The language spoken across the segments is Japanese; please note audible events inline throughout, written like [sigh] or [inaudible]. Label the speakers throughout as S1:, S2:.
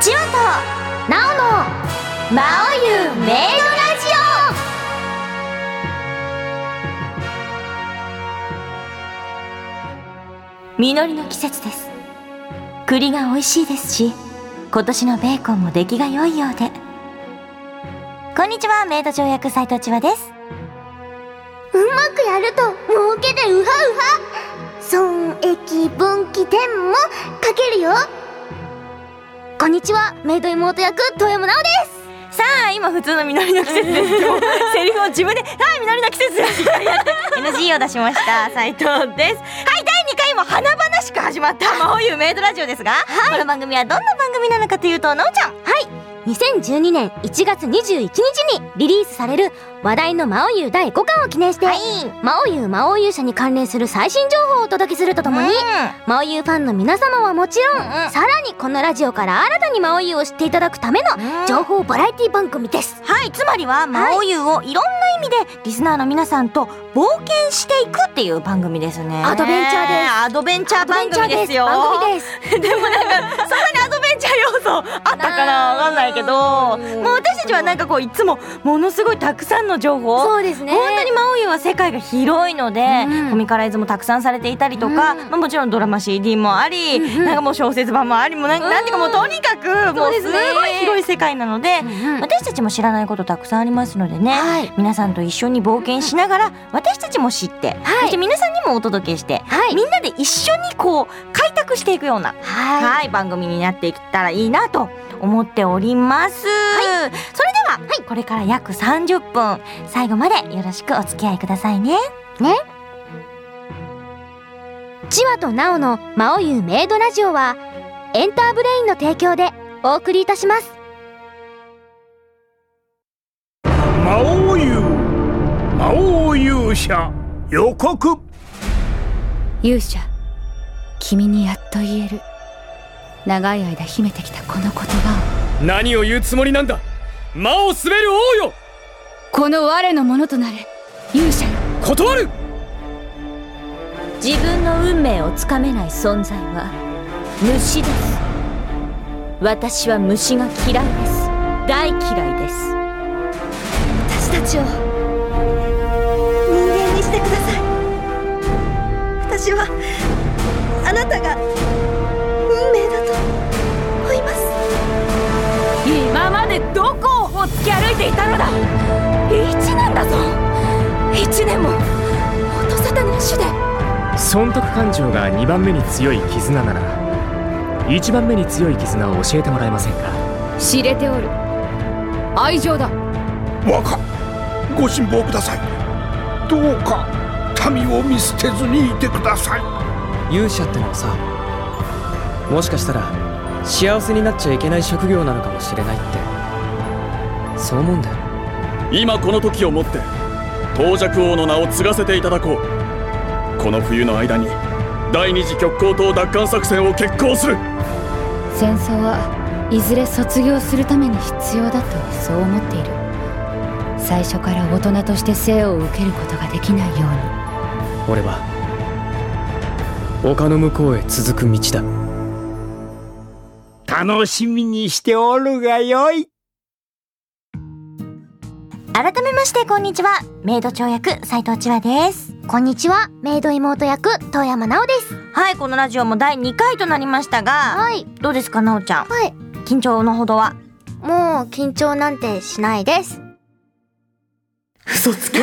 S1: チュンとナオの魔を言うメイドラジオ実りの季節です栗が美味しいですし今年のベーコンも出来が良いようでこんにちはメイド条約斉藤千和です
S2: うまくやると儲けでウハウハ損益分岐点もかけるよこんにちはメイド妹役遠山奈緒です
S1: さあ今普通の実りの季節ですけど
S2: [laughs]
S1: セリフを自分で「さあ実りの季節です」やって NG を出しました斉藤ですはい第2回も華々しく始まった「魔法ゆうメイドラジオ」ですが、この番組はどんな番組なのかというとなおちゃん
S2: 2012年1月21日にリリースされる話題の魔王優第5巻を記念して、魔王優魔王勇者に関連する最新情報をお届けするとともに、魔王優ファンの皆様はもちろん、
S1: うん
S2: さらにこのラジオから新たに魔王優を知っていただくための情報バラエティ番組です
S1: はいつまりは魔王湯をいろんな意味でリスナーの皆さんと冒険していくっていう番組ですね
S2: アドベンチャーです
S1: アドベンチャー番組ですよ
S2: 番組です [laughs]
S1: そんなにアドベンチャー要素あったかなわかんないけど
S2: うん
S1: もう私たちはなんかこういつもものすごいたくさんの情報
S2: そうですね
S1: 本当に魔王湯は世界が広いので、
S2: うん
S1: コミカライズもたくさんされていたりとか、
S2: うん
S1: まあ、もちろんドラマ CD もあり、
S2: うんうん
S1: なんかもう小説版もありもうなん,、
S2: うん
S1: なんていうかもうとにかくも
S2: そううですすね
S1: ごい広い世界なので、
S2: うんうん
S1: 私たちも知らないことたくさんありますのでね、
S2: はい
S1: 皆さんと一緒に冒険しながら私たちも知って、
S2: はい
S1: そして皆さんにもお届けして、
S2: はい
S1: みんなで一緒にこう開拓していくような、
S2: はい
S1: はい番組になっていったらいいなと思っております、それでは、これから約30分最後までよろしくお付き合いくださいね
S2: チワとナオの魔王優メイドラジオはエンターブレインの提供でお送りいたします
S3: 魔王優魔王勇者予告
S4: 勇者君にやっと言える長い間秘めてきたこの言葉を
S5: 何を言うつもりなんだ魔を滑る王よ
S4: この我のものとなれ勇者よ
S5: 断る
S6: 自分の運命をつかめない存在は虫です私は虫が嫌いです大嫌いです
S7: 私たちを人間にしてください私はあなたが運命だと思います
S6: 今までどこをほっつき歩いていたのだ一年だぞ一年も音沙汰なしで
S8: 損得感情が2番目に強い絆なら1番目に強い絆を教えてもらえませんか
S4: 知れておる愛情だ
S3: 若ご辛抱くださいどうか民を見捨てずにいてください
S9: 勇者ってのはさもしかしたら幸せになっちゃいけない職業なのかもしれないってそう思うんだよ
S5: 今この時をもって東尺王の名を継がせていただこうこの冬の間に第二次極光島奪還作戦を決行する
S4: 戦争はいずれ卒業するために必要だとそう思っている最初から大人として生を受けることができないよう
S9: 俺は丘の向こうへ続く道だ
S3: 楽しみにしておるがよい
S1: 改めましてこんにちはメイド長役斉藤千和です
S2: こんにちはメイド妹役遠山奈緒です
S1: はいこのラジオも第2回となりましたが、
S2: はい
S1: どうですかなおちゃん
S2: はい
S1: 緊張のほどは
S2: もう緊張なんてしないです
S1: 嘘
S2: [laughs]
S1: つけ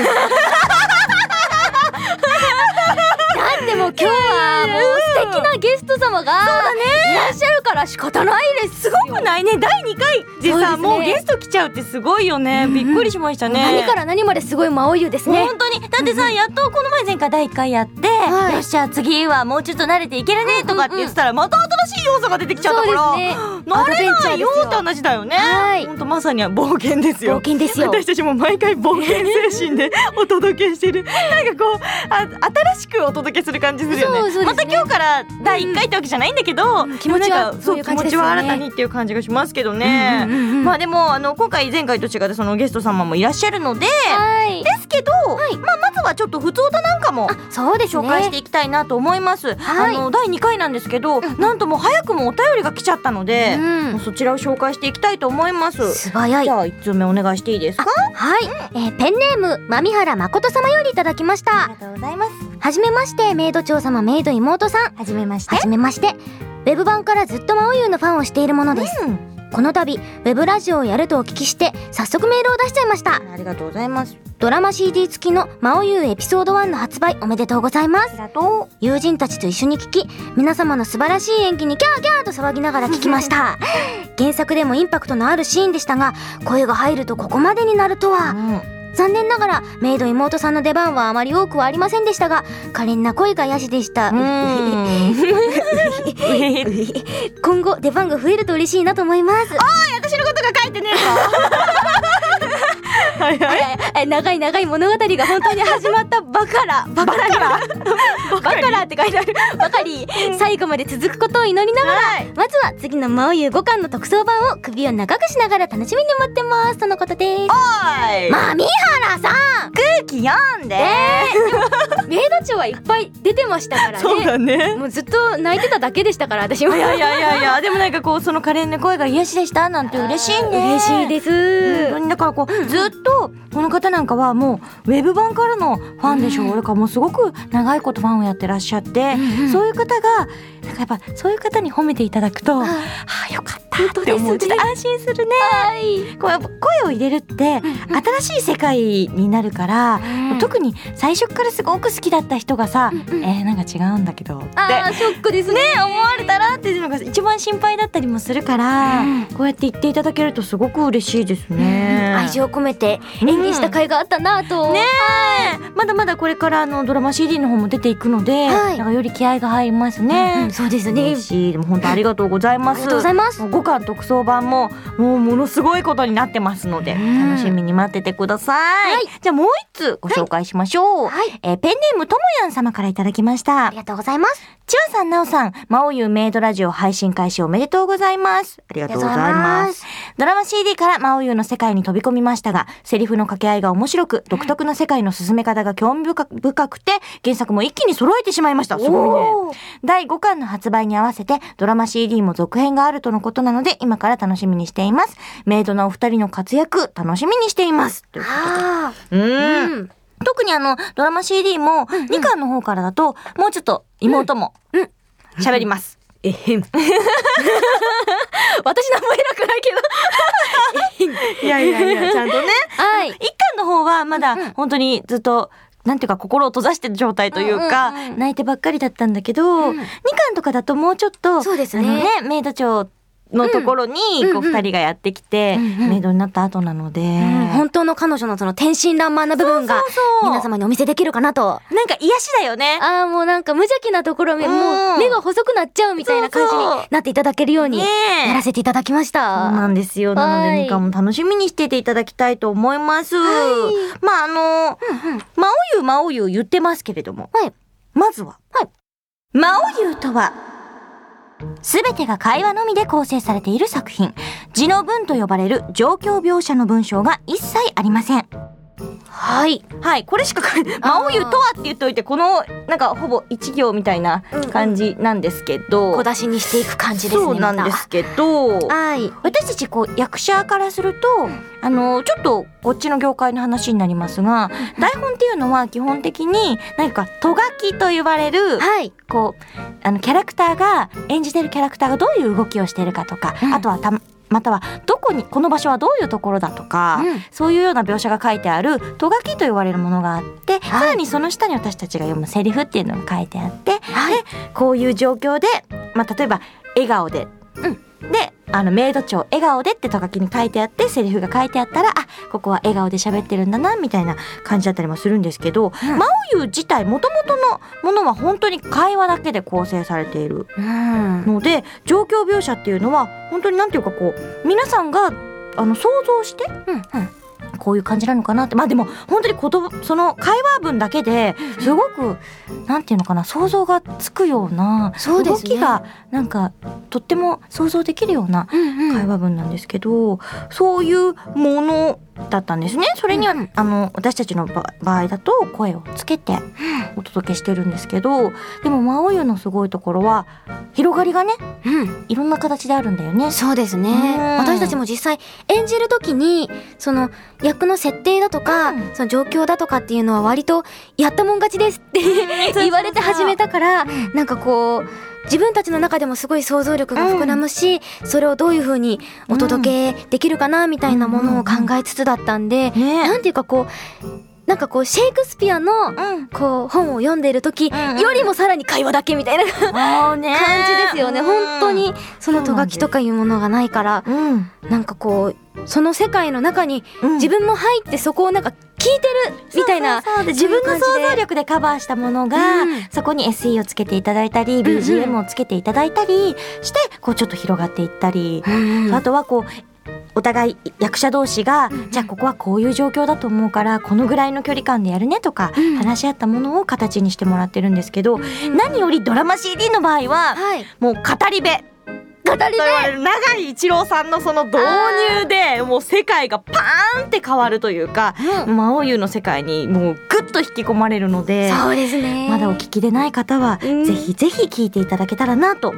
S2: でも今日はもう素敵なゲスト様がいらっしゃるから仕方ないです
S1: すごくないね第2回で
S2: そうで
S1: さ
S2: すね
S1: もうゲスト来ちゃうってすごいよね、びっくりしましたね
S2: 何から何まですごい魔王優ですね
S1: 本当にだってさ、やっとこの前前回第1回やって、
S2: はい
S1: よっしゃ次はもうちょっと慣れていけるねとかって言ってたら、また新しい要素が出てきちゃったから
S2: そうですね
S1: 慣れ
S2: アドベンチ
S1: な
S2: ャー
S1: い
S2: です
S1: よ
S2: よ
S1: って話だよね
S2: はい
S1: 本当まさには冒険ですよ
S2: 冒険ですよ
S1: 私たちも毎回冒険精神
S2: [laughs]
S1: でお届けしてるなんかこうあ新しくお届けする感じするよね
S2: そうそうですね
S1: また今日から第1回ってわけじゃないんだけど、
S2: ん気持ちは
S1: なんか
S2: そういう感じですよね
S1: 気持ちは新たにっていう感じがしますけどね、
S2: うんうんうんうん
S1: まあでもあの今回前回と違ってそのゲスト様もいらっしゃるので、
S2: はい
S1: ですけどど、まあ、まずはちょっと普通歌なんかも
S2: そうですね
S1: 紹介していきたいなと思います、
S2: はい
S1: あの第2回なんですけど、なんともう早くもお便りが来ちゃったので、
S2: うん
S1: もうそちらを紹介していきたいと思います
S2: 素早い
S1: じ
S2: は
S1: ゃあ1通目お願いしていいですか
S2: い、えーペンネームまみはらまこと様よりいただきました
S1: がとうございます
S2: はじめましてメイド長様メイド妹さん
S1: はじめまし
S2: はじめましてウェブ版からずっと魔王優のファンをしているものです、
S1: うん
S2: この度ウェブラジオをやるとお聞きして早速メールを出しちゃいました
S1: ありがとうございます
S2: ドラマ CD 付きの魔王優エピソード1の発売おめでとうございます
S1: ありがとう
S2: 友人たちと一緒に聞き皆様の素晴らしい演技にキャーキャーと騒ぎながら聞きました
S1: [laughs]
S2: 原作でもインパクトのあるシーンでしたが声が入るとここまでになるとは残念ながらメイド妹さんの出番はあまり多くはありませんでしたが可憐な声がヤシでした
S1: うん
S2: [laughs] 今後出番が増えると嬉しいなと思います
S1: [laughs]
S2: [laughs]
S1: 私のことが書いてねえ
S2: え長い長い物語が本当に始まったばから [laughs] ばからばからって書いてあるばかり最後まで続くことを祈りながら、まずは次の魔王優5巻の特装版を首を長くしながら楽しみに待ってますとのことです
S1: はい
S2: まみはらさ
S1: 空気読んで、
S2: ん [laughs] メイド長はいっぱい出てましたからね
S1: だね
S2: もうずっと泣いてただけでしたから私も
S1: いやいやいやいやでもなんかこうその可憐な声が癒しでしたなんて嬉しいね
S2: 嬉しいです、
S1: 本当にだからこうずっとこの方なんかはもうウェブ版からのファンでしょう、だからもうすごく長いことファンをやってらっしゃって、そういう方がなんかやっぱそういう方に褒めていただくと、ああよかったって思う、ちょっと安心するね、こうやっぱ声を入れるって新しい世界になるから、特に最初からすごく好きだった人がさ、えー、なんか違うんだけどって
S2: あーショックですね
S1: 思われたらっていうのが一番心配だったりもするから、こうやって言っていただけるとすごく嬉しいですね。
S2: 愛情込めて演技した甲斐があったなと、
S1: ねえまだまだこれからあのドラマ CD の方も出ていくので、
S2: はい
S1: なんかより気合が入ります
S2: う
S1: ね
S2: ん。そうですね
S1: 嬉しいでも本当ありがとうござい
S2: あ
S1: ま
S2: り
S1: す。
S2: がとうございます
S1: もう五巻特装版ももうものすごいことになってますので、
S2: ん
S1: 楽しみに待っててください。
S2: はい
S1: じゃあもう一つご紹介しましょう。
S2: はい
S1: えーペンネームともやん様からいただきました
S2: あり。がとうございます
S1: 千葉さん、なおさん、まおゆうメイドラジオ配信開始おめでとうございます。ありがとうございます。ドラマ CD からまおゆうの世界に飛び込みましたが、セリフの掛け合いが面白く、独特な世界の進め方が興味深く深くて、原作も一気に揃えてしまいました。すごいね。
S2: おー
S1: 第5巻の発売に合わせてドラマ CD も続編があるとのことなので今から楽しみにしています。メイドのお二人の活躍楽しみにしています。という
S2: あ
S1: ことで
S2: ー
S1: うん
S2: うん
S1: 特にあのドラマ CD も2巻の方からだともうちょっと妹も喋ります。
S2: 私何も偉くないけど
S1: いやいやいやちゃん [laughs] とね。
S2: は
S1: 1
S2: い
S1: 巻の方はまだ本当にずっとなんていうか心を閉ざしてる状態というか、
S2: うんうんうん
S1: 泣いてばっかりだったんだけど、
S2: うん
S1: 2巻とかだともうちょっと
S2: そうです
S1: あ
S2: ね
S1: のねメイド長のところにこう
S2: うんうん
S1: 2人がやってきて、
S2: うんうん
S1: メイドになった後なので、
S2: うん本当の彼女のその天真爛漫な部分が
S1: そうそうそう
S2: 皆様にお見せできるかなと。
S1: なんか癒しだよね。
S2: ああ、もうなんか無邪気なところに、
S1: うん
S2: もう目が細くなっちゃうみたいな感じ
S1: そうそう
S2: になっていただけるように
S1: ねえ
S2: やらせていただきまし
S1: そうな
S2: た。
S1: んですよ。なの
S2: は
S1: で、
S2: い
S1: みかも楽しみにしてていただきたいと思います。
S2: は
S1: まあ、あの、
S2: うんうん
S1: まおゆまおゆ言ってますけれども。
S2: はい
S1: まずは。
S2: はい
S1: まおゆとは、すべてが会話のみで構成されている作品。字の文と呼ばれる状況描写の文章が一切ありません。
S2: はい。
S1: はい、これしか書いて、まおゆとはって言っといて、この、なんかほぼ一行みたいな感じなんですけど。
S2: 小出しにしていく感じですね。
S1: そうなんですけど。
S2: また。はい。
S1: 私たちこう役者からすると、あのちょっとこっちの業界の話になりますが、台本っていうのは基本的に何かとがきと言われる
S2: はい。
S1: こうあのキャラクターが演じてるキャラクターがどういう動きをしてるかとか、
S2: うん
S1: あとはたまたはどこにこの場所はどういうところだとか、
S2: うん
S1: そういうような描写が書いてあるとがきと言われるものがあって、
S2: はい
S1: さらにその下に私たちが読むセリフっていうのが書いてあって、
S2: は
S1: で
S2: い
S1: こういう状況で、まあ、例えば笑顔で。であのメイド長笑顔でってとがきに書いてあってセリフが書いてあったらあここは笑顔で喋ってるんだなみたいな感じだったりもするんですけど、
S2: ん
S1: マオユ自体もともとのものは本当に会話だけで構成されている
S2: うん。
S1: ので状況描写っていうのは本当になんていうかこう皆さんがあの想像して、こういう感じなのかなってまあでも本当に言葉その会話文だけですごくなんていうのかな想像がつくような
S2: そうで
S1: 動
S2: すね
S1: きがなんかとっても想像できるような
S2: うんう
S1: 会
S2: ん。
S1: 話文なんですけど、そういうものだったんですねそれには、あの私たちのば場合だと声をつけてお届けしてるんですけどでも魔王湯のすごいところは広がりがね
S2: うん、
S1: いろんな形であるんだよね。
S2: そうですね
S1: うん
S2: 私たちも実際演じる時にその役の設定だとか、
S1: うん
S2: その状況だとかっていうのは割と「やったもん勝ちです」って [laughs] 言われて始めたからなんかこう自分たちの中でもすごい想像力が膨らむし、それをどういうふうにお届けできるかなみたいなものを考えつつだったんで、
S1: ね
S2: [laughs] なんていうかこうなんかこうシェイクスピア
S1: う
S2: の
S1: ん、
S2: こう本を読んでいる時
S1: んうん
S2: よりもさらに会話だけみたいな
S1: もうね
S2: 感じですよね、本当。にその
S1: そう
S2: と
S1: な
S2: が
S1: んです
S2: きとかいうものがないから
S1: うん、
S2: なんかこうその世界の中に
S1: うん
S2: 自分も入ってそこをなんか聞いてるみたいな
S1: そうそうそうで自
S2: そういう
S1: 分の
S2: 感
S1: 想
S2: じで
S1: 像力でカバーしたものが、
S2: うん
S1: そこに SE をつけていただいたり
S2: んうん
S1: BGM をつけていただいたりしてこうちょっと広がっていったり、あとはこうお互い役者同士が、じゃあここはこういう状況だと思うからこのぐらいの距離感でやるねとか、
S2: うん
S1: 話し合ったものを形にしてもらってるんですけど、何よりドラマ CD の場合は、
S2: はい
S1: もう語り部語り部長井一郎さんのその導入でもう世界がパーンって変わるというか、魔王優の世界にもうグッと引き込まれるので
S2: そうですね
S1: まだお聞きでない方は、
S2: うん
S1: ぜひぜひ聞いていただけたらなと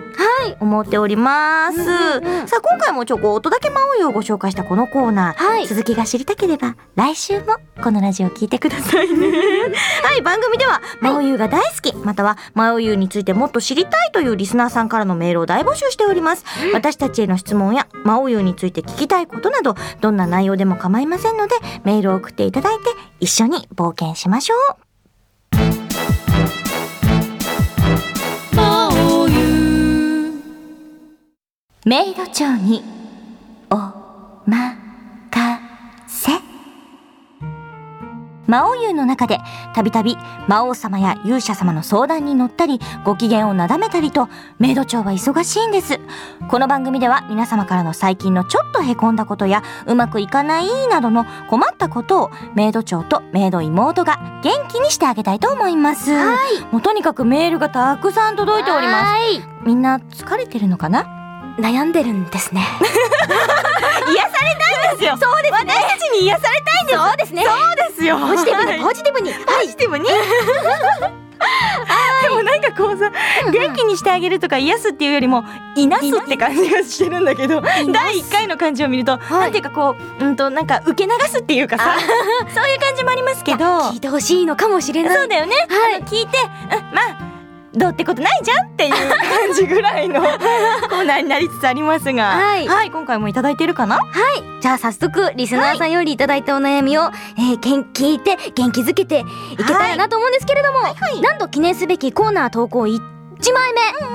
S1: 思っております、
S2: うんうんうん
S1: さあ今回もちょこっとだけ魔王優をご紹介したこのコーナー、
S2: はい
S1: 続きが知りたければ来週もこのラジオを聞いてくださいね [laughs] はい番組では魔王優が大好きまたは魔王優についてもっと知りたいというリスナーさんからのメールを大募集しております、私たちへの質問や魔王優について聞きたいことなどどんな内容でも構いませんのでメールを送っていただいて一緒に冒険しましょうメイド長におまかせ魔王湯の中でたびたび魔王様や勇者様の相談に乗ったりご機嫌をなだめたりとメイド長は忙しいんですこの番組では皆様からの最近のちょっとへこんだことやうまくいかないなどの困ったことをメイド長とメイド妹が元気にしてあげたいと思いますもうとにかくメールがたくさん届いております
S2: は
S1: みんな疲れてるのかない
S2: 悩んでるんで
S1: [laughs]
S2: すね
S1: 癒されたいんですよ。そうですね。私たちに癒されたいんです。そうですね。そうですよ。
S2: ポジティ [laughs] ブにポジティブに
S1: ポジティブに。でもなんかこうさ元気にしてあげるとか癒すっていうよりもいなすって感じがしてるんだけど第1回の感じを見ると、なんていうかこううんとなんか受け流すっていうかさそういう感じもありますけど
S2: 聞いてほしいのかもしれない
S1: そうだよね、あの聞いて、うん、まあどうってことないじゃんっていう感じぐらいのコーナーになりつつありますが
S2: はい
S1: 今回もいただいてるかな
S2: じゃあ早速リスナーさんよりいただいたお悩みを、えーけん聞いて元気づけていけたらなと思うんですけれども、なんと記念すべきコーナー投稿1枚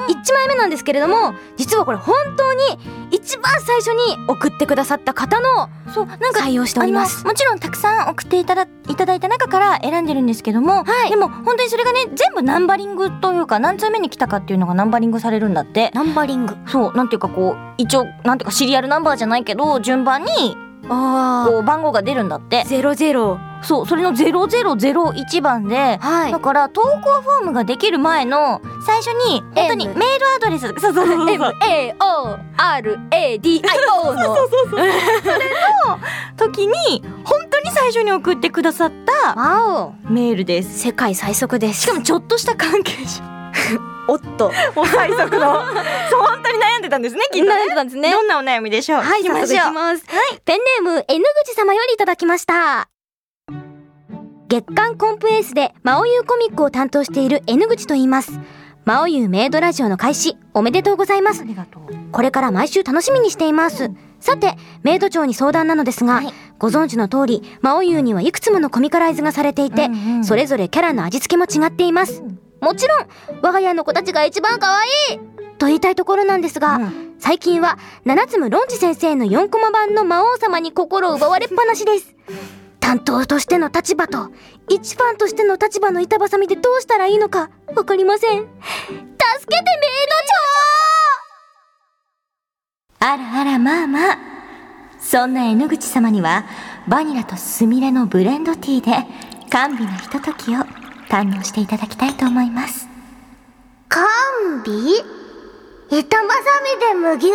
S2: 目、1枚目なんですけれども実はこれ本当に一番最初に送ってくださった方の
S1: そうなんか
S2: 採用しております。
S1: あのもちろんたくさん送っていただいただいた中から選んでるんですけども、
S2: はい
S1: でも本当にそれがね全部ナンバリングというか何通目に来たかっていうのがナンバリングされるんだって
S2: ナンバリング
S1: そうなんていうかこう一応なんていうかシリアルナンバーじゃないけど順番に
S2: あ
S1: こう番号が出るんだって
S2: ゼロゼロ
S1: そうそれの0001番で
S2: はい
S1: だから投稿フォームができる前の最初に本当にメ
S2: M
S1: ールアドレスそうそうそうそ
S2: [laughs]
S1: う
S2: M A O R A D I
S1: [laughs]
S2: O の
S1: 時に本当に最初に送ってくださった
S2: わお
S1: メールです
S2: 世界最速です
S1: しかもちょっとした関係者おっとお最速のそう本当に悩んでたんですねきっとね
S2: 悩んでたんですね
S1: どんなお悩みでしょう
S2: はい、
S1: 聞きま
S2: 早
S1: し
S2: 速い
S1: ょ
S2: き
S1: う
S2: ます。ペンネーム N 口様よりいただきました。月刊コンプエースで、マオユーコミックを担当している N 口と言います。マオユーメイドラジオの開始、おめでとうございます。
S1: ありがとう
S2: これから毎週楽しみにしています。さて、メイド長に相談なのですが、ご存知の通り、魔王優にはいくつものコミカライズがされていて、
S1: うんうん
S2: それぞれキャラの味付けも違っています。もちろん、我が家の子たちが一番可愛いと言いたいところなんですが、
S1: う
S2: 最近は、七つむ論治先生の4コマ版の魔王様に心を奪われっぱなしです。担当としての立場と、一ファンとしての立場の板挟みでどうしたらいいのか、わかりません。助けてメイド長
S1: あらあらまあまあそんな N 口様にはバニラとスミレのブレンドティーで甘美なひとときを堪能していただきたいと思います
S2: カンビ板挟みで麦ゅ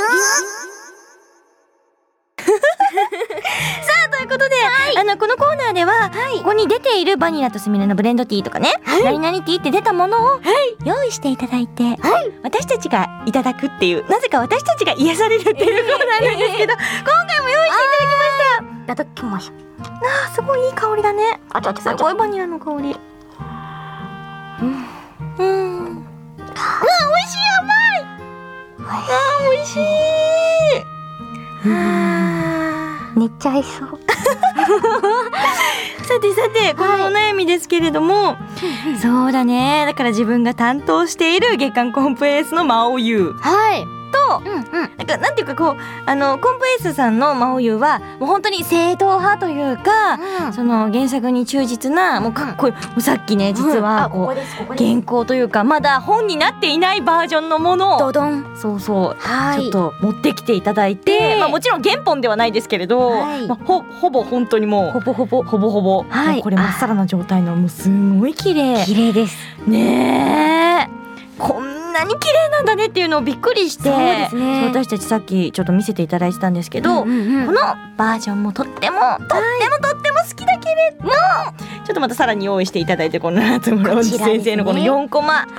S1: ということで、あのこのコーナーでは、ここに出ているバニラとスミレのブレンドティーとかね、何々ティーって出たものを用意していただいて、私たちがいただくっていうなぜか私たちが癒されるっていうコーナーなんですけど、今回も用意していただきました
S2: いただきましょう
S1: あーすごいいい香りだね
S2: あちょあちょ
S1: す
S2: あちょ
S1: ごいバニラの香りうんうんうわ美味しい甘いあー美味しいあ
S2: 寝ちゃいそう
S1: ーさてさてこのお悩みですけれども、そうだねだから自分が担当している月間コンプエースの魔王優
S2: はい
S1: と
S2: うんうん
S1: なんかなんていうかこうあのコンプエースさんの魔王優はもう本当に正統派というか、その原作に忠実なもうかっこいい、もうさっきね実はこう、
S2: ですここ
S1: 原稿というかまだ本になっていないバージョンのもの
S2: ド
S1: を
S2: ドン
S1: そうそう、
S2: はい
S1: ちょっと持ってきていただいて、
S2: で
S1: まあ、もちろん原本ではないですけれど、
S2: はい
S1: まあ、ほほぼ本当にもうほぼほぼほぼほぼ、
S2: はい
S1: もうこれ真っさらな状態のもうすんごい綺麗
S2: 綺麗です
S1: ねえこんなに綺麗なんだねっていうのをびっくりして
S2: そうですね
S1: そう私たちさっきちょっと見せていただいてたんですけど、
S2: うんうんう
S1: こ
S2: ん
S1: のバージョンもとってもとってもとっても好きだけれど、ちょっとまたさらに用意していただいてこの夏村
S2: こ
S1: お
S2: ち
S1: じ
S2: らですね
S1: 先生のこの4コマこ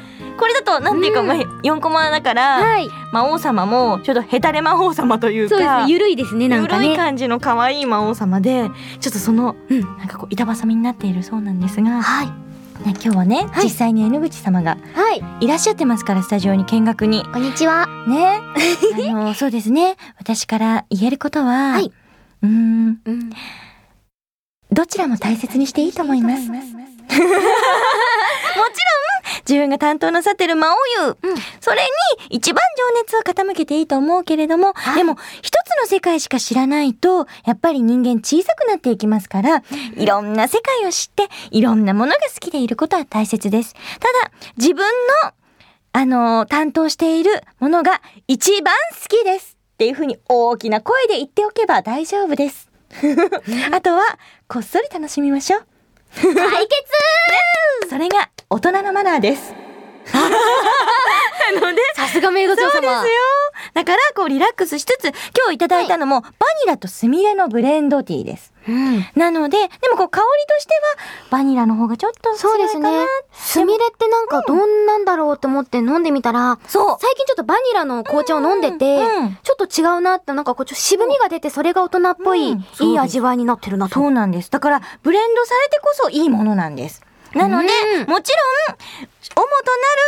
S1: れだとなんていうか、
S2: うん
S1: まあ、4コマだから、
S2: はい
S1: 魔王様もちょっとヘタレ魔王様という
S2: そうです
S1: か。
S2: ゆるいですねなんか
S1: 緩い
S2: ね
S1: 感じの可愛い魔王様でちょっとその、
S2: うん
S1: なんかこう板挟みになっているそうなんですが、
S2: はい
S1: ね、今日はね、
S2: はい
S1: 実際に N 口様が
S2: はい
S1: いらっしゃってますからスタジオに見学に
S2: こんにちは
S1: [laughs] ねあのそうですね私から言えることは、
S2: はいう
S1: ーん
S2: うん
S1: どちらも大切にしていいと思います。もちろん、自分が担当なさってる魔王優、
S2: うん
S1: それに一番情熱を傾けていいと思うけれども、
S2: はい
S1: でも一つの世界しか知らないと、やっぱり人間小さくなっていきますから、いろんな世界を知って、いろんなものが好きでいることは大切です。ただ、自分の、あのー担当しているものが一番好きですっていうふうに大きな声で言っておけば大丈夫です。 [laughs] あとは、こっそり楽しみましょう。
S2: 解決
S1: [laughs] それが大人のマナーです。なので、
S2: [laughs] さすがメイド長
S1: そうですよ
S2: 様。
S1: だから、こうリラックスしつつ、今日いただいたのも、バニラとスミレのブレンドティーです。
S2: うん
S1: なので、でもこう香りとしては、バニラの方がちょっと
S2: そ
S1: 強
S2: うで
S1: い
S2: す
S1: かな。
S2: ね。スミレってなんかどんなんだろうって思って飲んでみたら、
S1: そう。
S2: 最近ちょっとバニラの紅茶を飲んでて、
S1: うんうん
S2: ちょっと違うなって、なんかこうちょっと渋みが出て、それが大人っぽい、
S1: うん
S2: いい味わいになってるなと。
S1: そうなんです。だから、ブレンドされてこそいいものなんです。なので
S2: うん、
S1: もちろん、主となる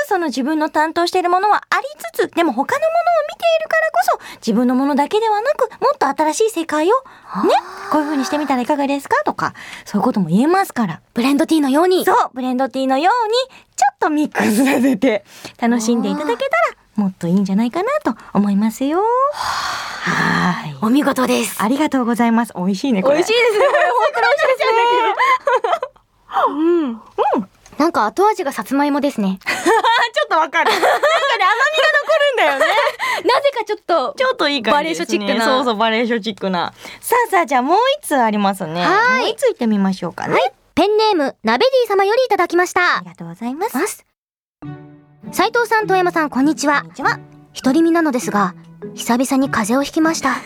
S1: その自分の担当しているものはありつつ、でも他のものを見ているからこそ、自分のものだけではなく、もっと新しい世界を、ね、こういう風にしてみたらいかがですかとか、そういうことも言えますから。
S2: ブレンドティーのように。
S1: そう、ブレンドティーのように、ちょっとミックスさせて、楽しんでいただけたら、もっといいんじゃないかなと思いますよ。はーい。
S2: お見事です。
S1: ありがとうございます。美味しいね、これ。美味しいですね。本当に美味しいですね。
S2: なんか後味がさつまいもですね。
S1: ちょっとわかる。なんかね、甘みが残るんだよね。
S2: なぜかちょっ
S1: [laughs]
S2: と、
S1: ちょっといい感じです、ね。
S2: バリエーションチックな
S1: そうそう、バリエーションチックな。さあさあ、じゃあもう一通ありますね。
S2: はーい
S1: もう一通行ってみましょうかね。
S2: はいペンネーム、ナベディ様よりいただきまし
S1: あ
S2: た
S1: り。がとうございます。
S2: ます。斉藤さん、富山さん、こんにちは。こんにちは。独り身なのですが、久々に風邪をひきました。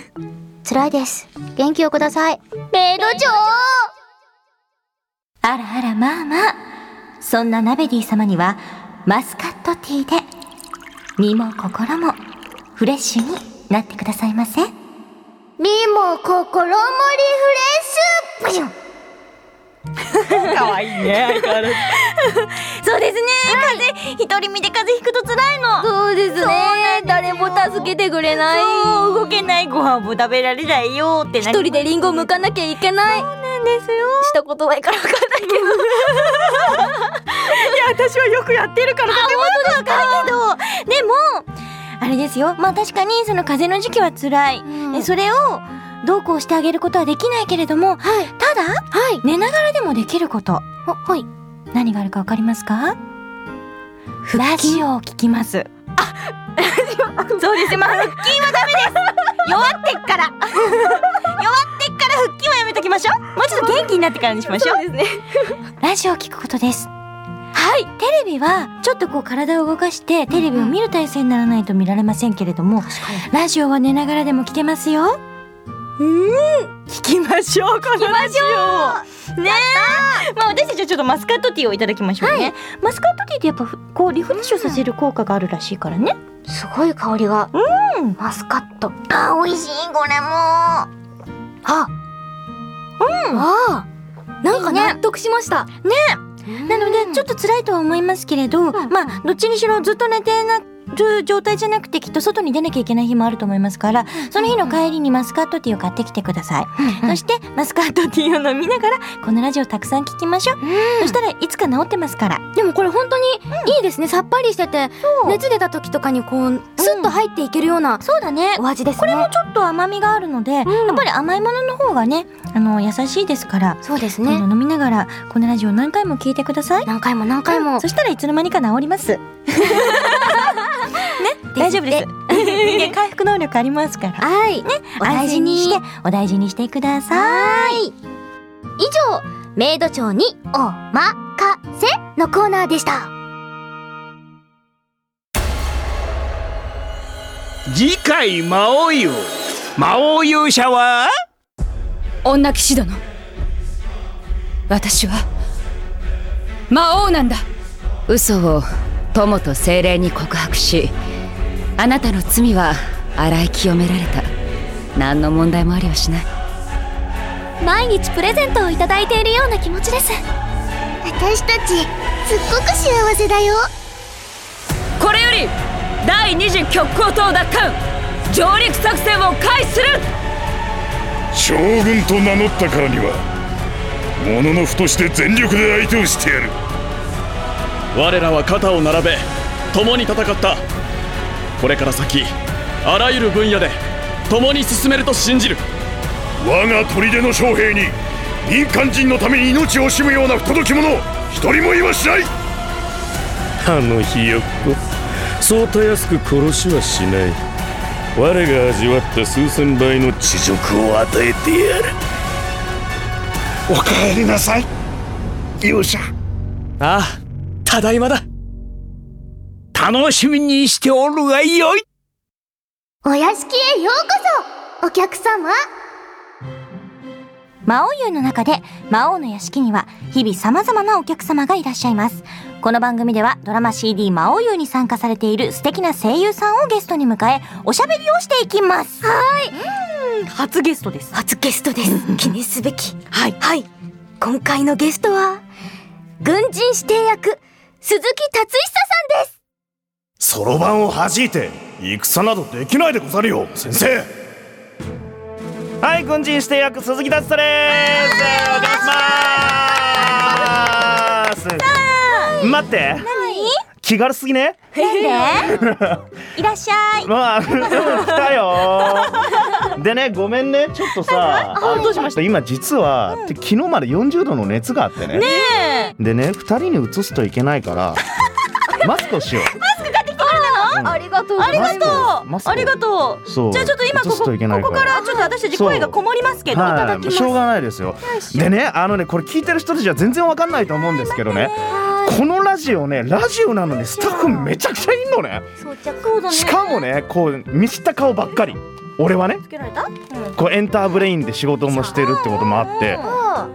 S2: 辛いです。元気をください。メイド長
S1: あらあら、まあまあ。そんなナベディ様には、マスカットティーで、身も心もフレッシュになってくださいませ。
S2: 身も心もリフレッシュ [laughs]
S1: 可愛いね、相変わらず。 [laughs] そうですね、風邪、一人身で風邪ひくと辛いの。
S2: そうですね。誰も助けてくれない。
S1: そう動けないご飯も食べられないよって
S2: 一人でリンゴ剥かなきゃいけない。そうなんですよ。したことないから分かんないけど。
S1: 私はよくやってるからとてもよくわかるけどでもあれですよまあ確かにその風邪の時期は辛い、でそれをどうこうしてあげることはできないけれども
S2: はい。
S1: ただ、寝ながらでもできること
S2: あ、はい。
S1: 何があるかわかりますかラジオを聞きますあ [laughs] そうですねまあ [laughs] 腹筋はダメです弱ってっから弱ってっから腹筋はやめときましょうもうちょっと元気になってからにしましょう
S2: ですね。
S1: ラジオを聞くことです。はい。テレビは、ちょっとこう体を動かして、テレビを見る体勢にならないと見られませんけれども、ラジオは寝ながらでも聞けますよ。聞きましょうこのラジオをねえまあ私たちはちょっとマスカットティーをいただきましょうね、マスカットティーってやっぱふこうリフレッシュさせる効果があるらしいからね、
S2: すごい香りが
S1: うん
S2: マスカット
S1: あ美味しいこれも
S2: あうんああなんか納得しましたねなのでちょっと辛いとは思いますけれど、まあどっちにしろずっと寝てなる状態じゃなくてきっと外に出なきゃいけない日もあると思いますからその日の帰りにマスカットティーを買ってきてください、そしてマスカットティーを飲みながらこのラジオたくさん聞きましょう、そしたらいつか治ってますからでもこれ本当にいいですね、さっぱりしてて熱出た時とかにこうスッと入っていけるような
S1: そうだね
S2: お味ですね、
S1: これもちょっと甘みがあるので、やっぱり甘いものの方がねあの優しいですから、
S2: そうです
S1: あ
S2: ね
S1: の飲みながらこのラジオ何回も聞いてください
S2: 何回も何回も、
S1: そしたらいつの間にか治り [laughs] ます。ね、大丈夫です。人間回復能力ありますから。
S2: はいねお大事に
S1: 安心してお大事にしてください。
S2: はい。以上、メイド長におまかせのコーナーでした。
S3: 次回魔王優魔王勇者は
S4: 女騎士殿私は魔王なんだ嘘を友と精霊に告白しあなたの罪は洗い清められた何の問題もありはしない
S2: 毎日プレゼントをいただいているような気持ちです。
S10: 私たちすっごく幸せだよ
S6: これより第二次極光島奪還上陸作戦を開始す
S11: 将
S6: る
S11: 軍と名乗ったからにはもののふとして全力で相手をしてやる
S5: 我らは肩を並べ共に戦ったこれから先あらゆる分野で共に進めると信じる
S11: 我が砦の将兵に民間人のために命を惜しむような不届き者一人もいはしない
S12: あのひよっこそうたやすく殺しはしない我が味わった数千倍の恥辱を与えてやる
S3: おかえりなさい勇者
S9: ああただいまだ
S3: 楽しみにしておるがよい
S10: お屋敷へようこそお客様
S1: 魔王湯の中で魔王の屋敷には日々様々なお客様がいらっしゃいます。この番組ではドラマ CD 魔王湯に参加されている素敵な声優さんをゲストに迎えおしゃべりをしていきます。はい。初ゲストです。
S2: 初ゲストです。記念すべき。はい。はい。今回のゲストは、軍人指定役、鈴木達久さんです。
S11: そろばんを弾いて戦などできないでござるよ先生
S13: はい、軍人指定役鈴木達人です。お願いします。待って、気軽すぎね。
S1: [laughs] なんでいらっしゃい。
S13: まあ、 [laughs] 来た
S1: [laughs]
S13: よ。でね、ごめんね、ちょっとさ、あ
S1: どうしました
S13: 今実は、昨日まで40度の熱があってね。
S1: え
S13: でね、二人に移すといけな
S1: [laughs]
S13: いから、マスクをしよう。
S2: ありがとう
S1: ありがと
S13: マス
S1: う。
S13: ク
S1: ありがと
S13: そう
S1: う。じゃあちょっと今こ
S13: 移す
S1: こと
S13: いけない
S1: ここからちょっと私たち声がこもりますけど、いただ
S13: は
S1: き
S13: い、
S1: ます
S13: し。ょうがないですよ。でね、あのね、これ聞いてる人たちは全然わかんないと思うんですけどね。このラジオね、ラジオなのにスタッフめちゃくちゃいんのね。
S1: そうだね
S13: しかもね、こう見知った顔ばっかり。俺はね、
S1: つけられた？うん。
S13: こうエンターブレインで仕事もしてるってこともあって。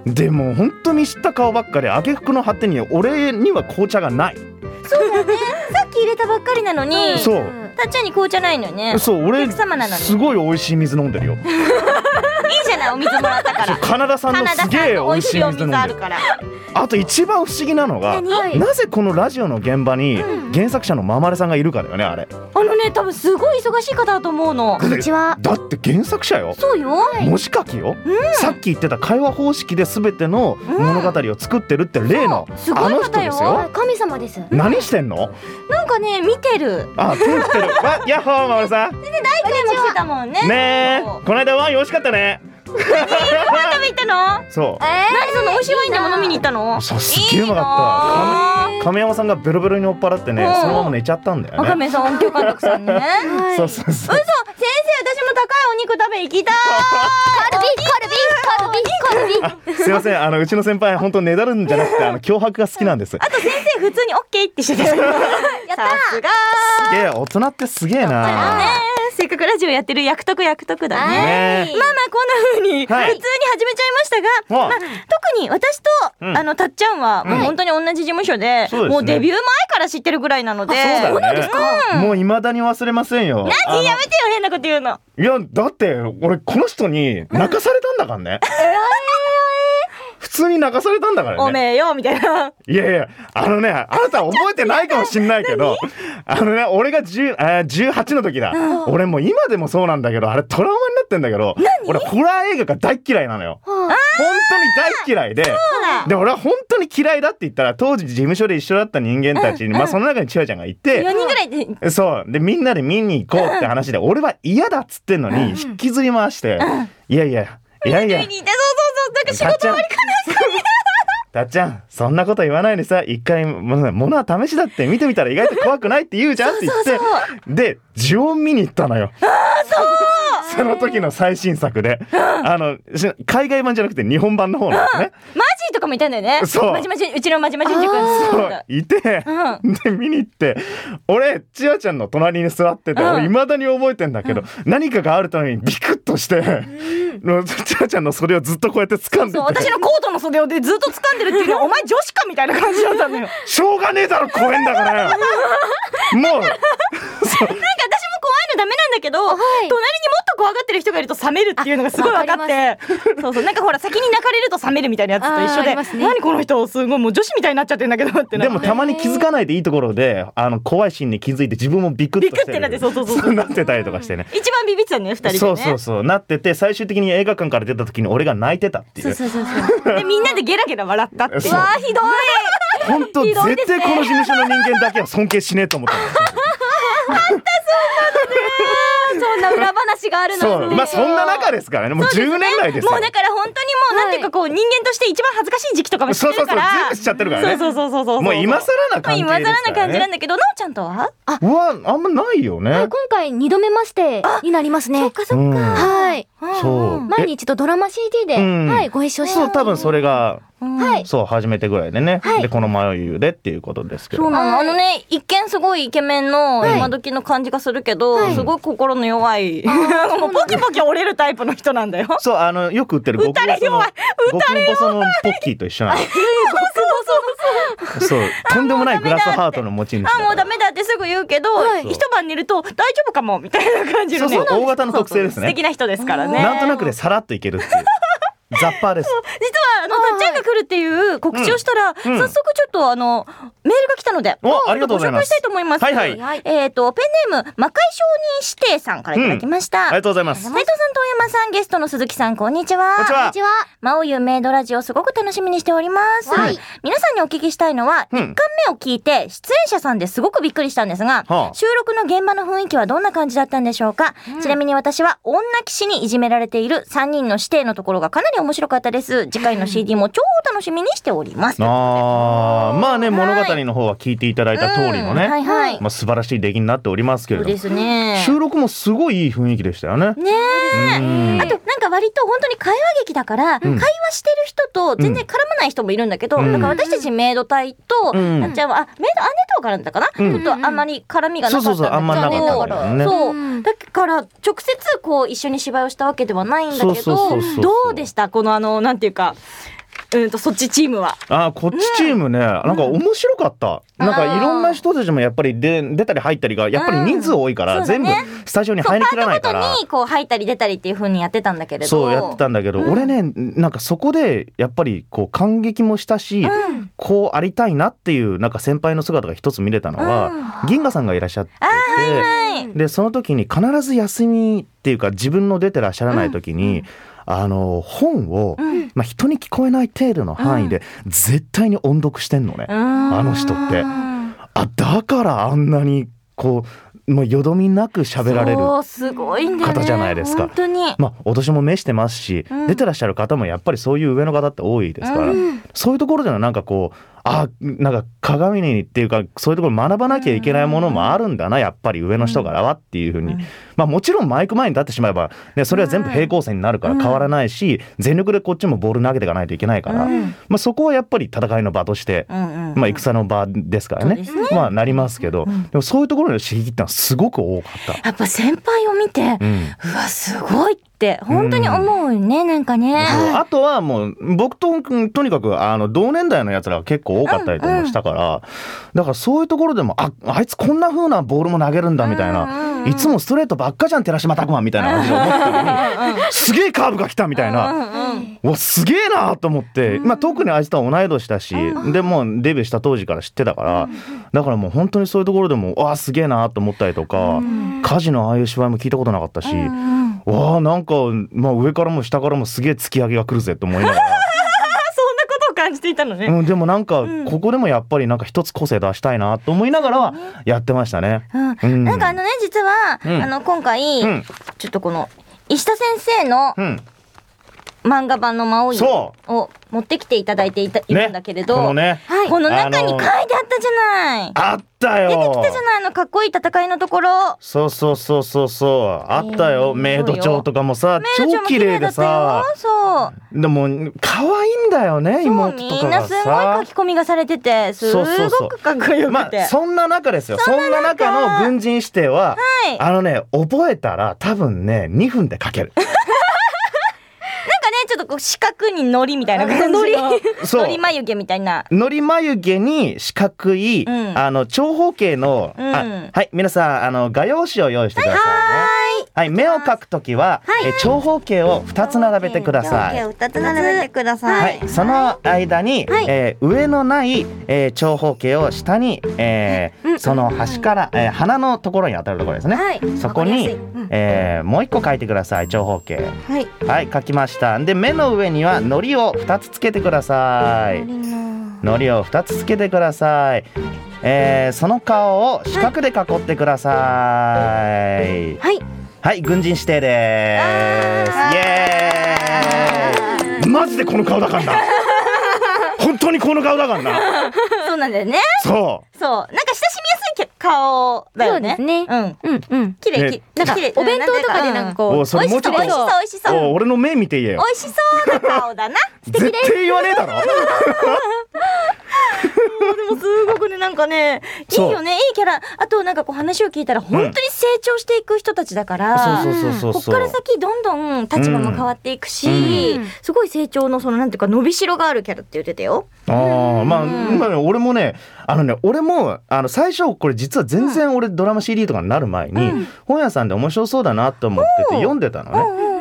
S13: でも本当に知った顔ばっかり、挙句の果てに俺には紅茶がない。
S1: そうだね。さっき入れたばっかりなのに。
S13: そう。
S1: たっちゃんに紅茶ないのよね。
S13: そう、
S1: お
S13: 俺
S1: 客様なのに。いい
S13: すごい美味しい水飲んでるよ。
S1: じゃないお水もらった
S13: [laughs]
S1: から。
S13: カナダ産
S1: カ
S13: の
S1: ナダ
S13: す
S1: さん
S13: げえ美
S1: の美
S13: 味
S1: 味
S13: し
S1: し
S13: い
S1: いお
S13: 水飲ん
S1: 水
S13: で
S1: あ
S13: る
S1: る。から。
S13: あと一番不思議なのがなぜこのラジオの現場に原作者のままるさんがいるかだよねあれ
S1: あのね多分すごい忙しい方だと思うの。
S13: こんにち
S1: は。
S13: だって原作者よ
S1: そうよ。
S13: 文字書きよ、さっき言ってた会話方式で全ての物語を作ってるって例の
S1: すご
S13: あ
S1: い
S13: の
S1: 方
S13: 人で
S1: よ
S13: すよ
S2: 神様です。
S13: 何してんの
S1: なんかね見てる。
S13: あ手振って
S1: [laughs]
S13: るわヤッホーまるさんね
S1: 大体も来てたもんね。
S13: えこの間ワイン美味しかったね
S1: 何食べに行ったの？
S13: そ
S1: 何その美味しいワインでも飲みに行ったの
S13: う？そうすっげえうまかった亀山さんがベロベロに酔っ払ってね
S1: うん
S13: そのまま寝ちゃったんだよ
S1: わか
S13: ね
S1: めさん音響監督さんね。
S13: そうそうそう
S1: 嘘先生私も高いお肉食べ行きたい。
S2: カルビ、カルビ、カルビ、カルビ。
S13: すいませんあのうちの先輩本当ねだるんじゃなくてあの脅迫が好きなんです
S1: あと先生普通 [laughs] にオッケーってしてた。やった。さすが。
S13: すげえ大人ってすげえな
S1: 世界っかくラジオやってる役得役得だね。
S7: ね
S1: まあまあこんな風に普通に
S7: はい
S1: 始めちゃいましたが、
S7: はい
S1: まあ特に私と、
S7: うん
S1: あのたっちゃんはもう
S13: はい
S1: 本当に同じ事務所で、
S13: そうですね
S1: もうデビュー前から知ってるぐらいなので。
S13: そうだね
S1: うん
S13: もういまだに忘れませんよ
S1: 何やめてよ変なこと言うの。
S13: いやだって俺この人に泣かされたんだからね普通に泣かされたんだからね
S1: おめえよみたいな。
S13: いやいや、あのね、あなた覚えてないかもしんないけど、あのね、俺が10えー18の時だ。俺もう今でもそうなんだけど、あれトラウマになってんだけど、俺ホラー映画が大っ嫌いなのよ。本当に大っ嫌いで
S1: だ、
S13: で、俺は本当に嫌いだって言ったら、当時事務所で一緒だった人間たちに、
S1: うん
S13: まあその中に千代ちゃんがいて、
S1: 4人ぐらいで。
S13: そう。で、みんなで見に行こうって話で、俺は嫌だっつってんのに、引きずり回して、いやいや、いやいや、
S1: 見てそうそうそうなんか仕事終わりかなみたいな。
S13: たっちゃん、そんなこと言わないでさ、一回、もものは試しだって見てみたら意外と怖くないって言うじゃんって言って、で、呪音見に行ったのよ。その時の最新作で、あの、し海外版じゃなくて日本版の方なんですね。
S1: マジとかもいたんだよね。
S13: そう
S1: まじまじうちのまじまじ塾
S13: そ
S1: の
S13: ういて、
S1: うん
S13: で見に行って俺千代ちゃんの隣に座ってて、
S1: うん
S13: 俺いまだに覚えてんだけど、何かがあるためにビクッとして、の [laughs] 千代ちゃんのそれをずっとこうやって掴んでて
S1: そう私のコートの袖をでずっと掴んでるっていうのはお前女子かみたいな感じだったの
S13: [laughs]
S1: よ。
S13: しょうがねえだろ公園だから [laughs] よもう
S1: なんか私も怖いのダメなんだけど、隣にもっと怖がってる人がいると冷めるっていうのがすごい分かってそうそうなんかほら先に泣かれると冷めるみたいなやつと一
S7: あ
S1: 緒
S7: ーあり
S1: で、
S7: ますね
S1: 何この人すごいもう女子みたいになっちゃってるんだけどってな
S13: でもたまに気づかないでいいところであの怖いシーンに気づいて自分もビクッとし
S1: ビク
S13: て
S1: ッてなってそうそうそう
S13: なってたりとかしてね
S1: 一番ビビってたね二人でね
S13: そうそうそうなってて最終的に映画館から出た時に俺が泣いてたっていう
S1: そうそうそうそうでみんなでゲラゲラ笑ったっていう
S13: そうわあひ
S1: どい
S13: 本当
S1: ひどいで
S13: 絶
S1: すね
S13: 対この事務所の人間だけは尊敬しねえと思った
S1: あったそうなのねそんな裏話があるの
S13: そうまあそんな中ですからねもう10年来ですよ
S1: もうだから本当にもうなんていうかこう人間として一番恥ずかしい時期とかも知ってるから
S13: そうそうそう全部知っちゃってるからね
S1: そうそうそうそう
S13: もう今更な関係ですからね
S1: まあ今更な感じなんだけどなおちゃんとは
S13: ああんまないよね、
S2: はい、今回二度目ましてになりますね。そっか
S13: そっかうん
S2: はい。
S13: そう
S2: 前に一度ドラマ CD で、
S13: うん
S2: はい、ご一緒し
S13: そ
S2: た。
S13: う多分それが、
S2: はい。
S13: そう初めてぐらいでね、
S1: はい
S13: でこの迷いでっていうことですけど
S1: そうなの、あのね一見すごいイケメンの
S13: はい
S1: 今時の感じがするけど、すごい心の弱いもうポキポキ折れるタイプの人なんだよ。
S13: そうあのよく売ってる
S1: 打たれ弱い
S13: [laughs]
S1: 打たれ
S13: 極細のポッキーと一緒なの
S1: そうそうそう
S13: そうとんでもないグラスハートの持ち主
S1: あもうダメだってすぐ言うけど、一晩寝ると大丈夫かもみたいな感じのね
S13: そうそう大型の特性ですね
S1: そうそう素敵な人ですからね
S13: なんとなくでさらっといけるっていうザッパーです
S1: 実はあのたっちゃんが来るっていう告知をしたら、
S13: うんうん
S1: 早速ちょっとあのメールが来たので、
S13: おありがとうございます
S1: ご紹介したいと思います。
S13: はいはい
S1: えっ、とペンネーム魔界承認指定さんからいただきました。
S13: うんありがとうございます
S1: 斉藤さん、遠山さん、ゲストの鈴木さん、こんにちは。
S13: こんにちはこんにちは。
S1: 魔王有名ドラジオすごく楽しみにしております。
S13: はい
S1: 皆さんにお聞きしたいのは、一巻目を聞いて出演者さんですごくびっくりしたんですが、
S7: はあ
S1: 収録の現場の雰囲気はどんな感じだったんでしょうか、ちなみに私は女騎士にいじめられている3人の指定のところがかなり面白かったです。次回の CD も超楽しみにしており
S13: [laughs]
S1: ます。
S13: あーまあね物語の方は聞いていただいた通りのね、
S1: うんはいはい
S13: まあ、素晴らしい出来になっておりますけれども
S1: そうですね
S13: 収録もすごいいい雰囲気でしたよ
S1: ね
S13: ね。うん
S1: え。あとなんか割と本当に会話劇だから、
S13: うん
S1: 会話してる人と全然絡まない人もいるんだけど、
S13: うん
S1: なんか私たちメイド隊と、
S13: うん
S1: なっちゃんは、あ、メイド姉とは絡んだかな、
S13: うん
S1: ちょっとあんまり絡みがなかったんだけど。
S13: そうそうそうあんまなかったからね
S1: そう。だから直接こう一緒に芝居をしたわけではないんだけど、
S13: そうそうそうそう
S1: どうでしたこのあの、なんていうか、うんとそっちチームは。
S13: あーこっちチームね、なんか面白かった、なんかいろんな人たちもやっぱりで出たり入ったりがやっぱり人数多いから、
S1: うんそうだ
S13: 全部
S1: ね
S13: スタジオに入りきらないから
S1: にこう入ったり出たりっていう風にやってたんだけれど。
S13: そうやってたんだけど、俺ねなんかそこでやっぱりこう感激もしたし、こうありたいなっていうなんか先輩の姿が一つ見れたのは、銀河さんがいらっしゃってて、でその時に必ず休みっていうか自分の出てらっしゃらない時に。あの本を、まあ、人に聞こえない程度の範囲で絶対に音読してんのね、あの人って。あだからあんなにこうもうよどみなく喋られる
S1: そうすごいんだよね
S13: 方じゃないですか
S1: 本当に。
S13: まあ、お年も召してますし、
S1: うん
S13: 出てらっしゃる方もやっぱりそういう上の方って多いですから、
S1: うん
S13: そういうところでのなんかこうあなんか鏡にっていうかそういうところ学ばなきゃいけないものもあるんだなやっぱり上の人からはっていうふうに、まあ、もちろんマイク前に立ってしまえば、ね、それは全部平行線になるから変わらないし、全力でこっちもボール投げていかないといけないから、まあ、そこはやっぱり戦いの場として、まあ、戦の場ですからね,、まあ、なりますけど、でもそういうところの刺激ってのはすごく多かった。
S1: やっぱ先輩を見て、うわすごいって本当に思うね、なんかね。
S13: あとはもう僕ととにかくあの同年代のやつらが結構多かったりとかしたから、うんうん、だからそういうところでもああいつこんな風なボールも投げるんだみたいな。うんうん、いつもストレートばっかじゃん寺島拓磨みたいな感じで思ってるのにすげえカーブが来たみたいな、うんうん、わすげえなと思って、まあ、特にあいつとは同い年だし、うん、でもデビューした当時から知ってたから、だからもう本当にそういうところでもわあすげえなと思ったりとか、うん、家事のああいう芝居も聞いたことなかったし、うんうん、わあなんか、まあ、上からも下からもすげえ突き上げが来るぜと思いながら。
S1: [laughs] 感じていたのね、
S13: うん、でもなんかここでもやっぱりなんか一つ個性出したいなと思いながらはやってましたね、
S1: うん、うん、なんかあのね実は、うん、あの今回、ちょっとこの石田先生の、漫画版の魔王を持ってきていただいていた、いるんだけれど、
S13: このね、
S1: はい、この中に書いてあったじゃない。
S13: あったよ。
S1: 出てきたじゃないのかっこいい戦いのところ。
S13: そうそうそうそうそう、あったよ。メイド長とかもさ、超綺麗でさ。
S1: そう。
S13: でも可愛いんだよね、妹とかみ
S1: んなすごい書き込みがされてて、すごくかっこよくて。
S13: そんな中ですよ。そんな中の軍人指定は、あのね覚えたら多分ね2分で書ける。
S1: ちょっとこう四角にのりみたいな感じ [laughs] ののり眉毛みたいな
S13: のり眉毛に四角い、うん、あの長方形の、うん、はい皆さんあの画用紙を用意してくださいねはい目を描くときは、はい、え長方形を二つ並べてください
S7: 二つ並べてください、
S13: はい、その間に、はい、えー、上のない、えー、長方形を下に、えー、その端から、えー、鼻のところに当たるところですね、はい、そこに、うん、えー、もう一個描いてください長方形はい、はい、描きましたで目の上には糊を2つつけてください糊を2つつけてください、えー、その顔を四角で囲ってくださいはい、はい、軍人指定ですイエーイマジでこの顔だからな
S1: [laughs]
S13: 本当にこの顔だからな
S1: そうなんだよね
S13: そう
S1: そうなんか親しみやすい顔だよね
S2: そうですね
S1: うんうんうん綺麗きなんか
S2: お弁当とかでなんかこう美味
S1: しそう美味しそう
S13: 俺の目見て言えよ
S1: 美味しそうな顔だな
S13: 素敵 [laughs] 絶対言わねえだろ
S1: でもすごくねなんかねいいよねいいキャラあとなんかこう話を聞いたら本当に成長していく人たちだから、ここから先どんどん立場も変わっていくし、すごい成長のそのなんていうか伸びしろがあるキャラって言ってたよ。
S13: あ、まあ、まあ俺もねあのね俺もあの最初これ実は全然俺ドラマ CD とかになる前に、本屋さんで面白そうだなと思ってて読んでたのね。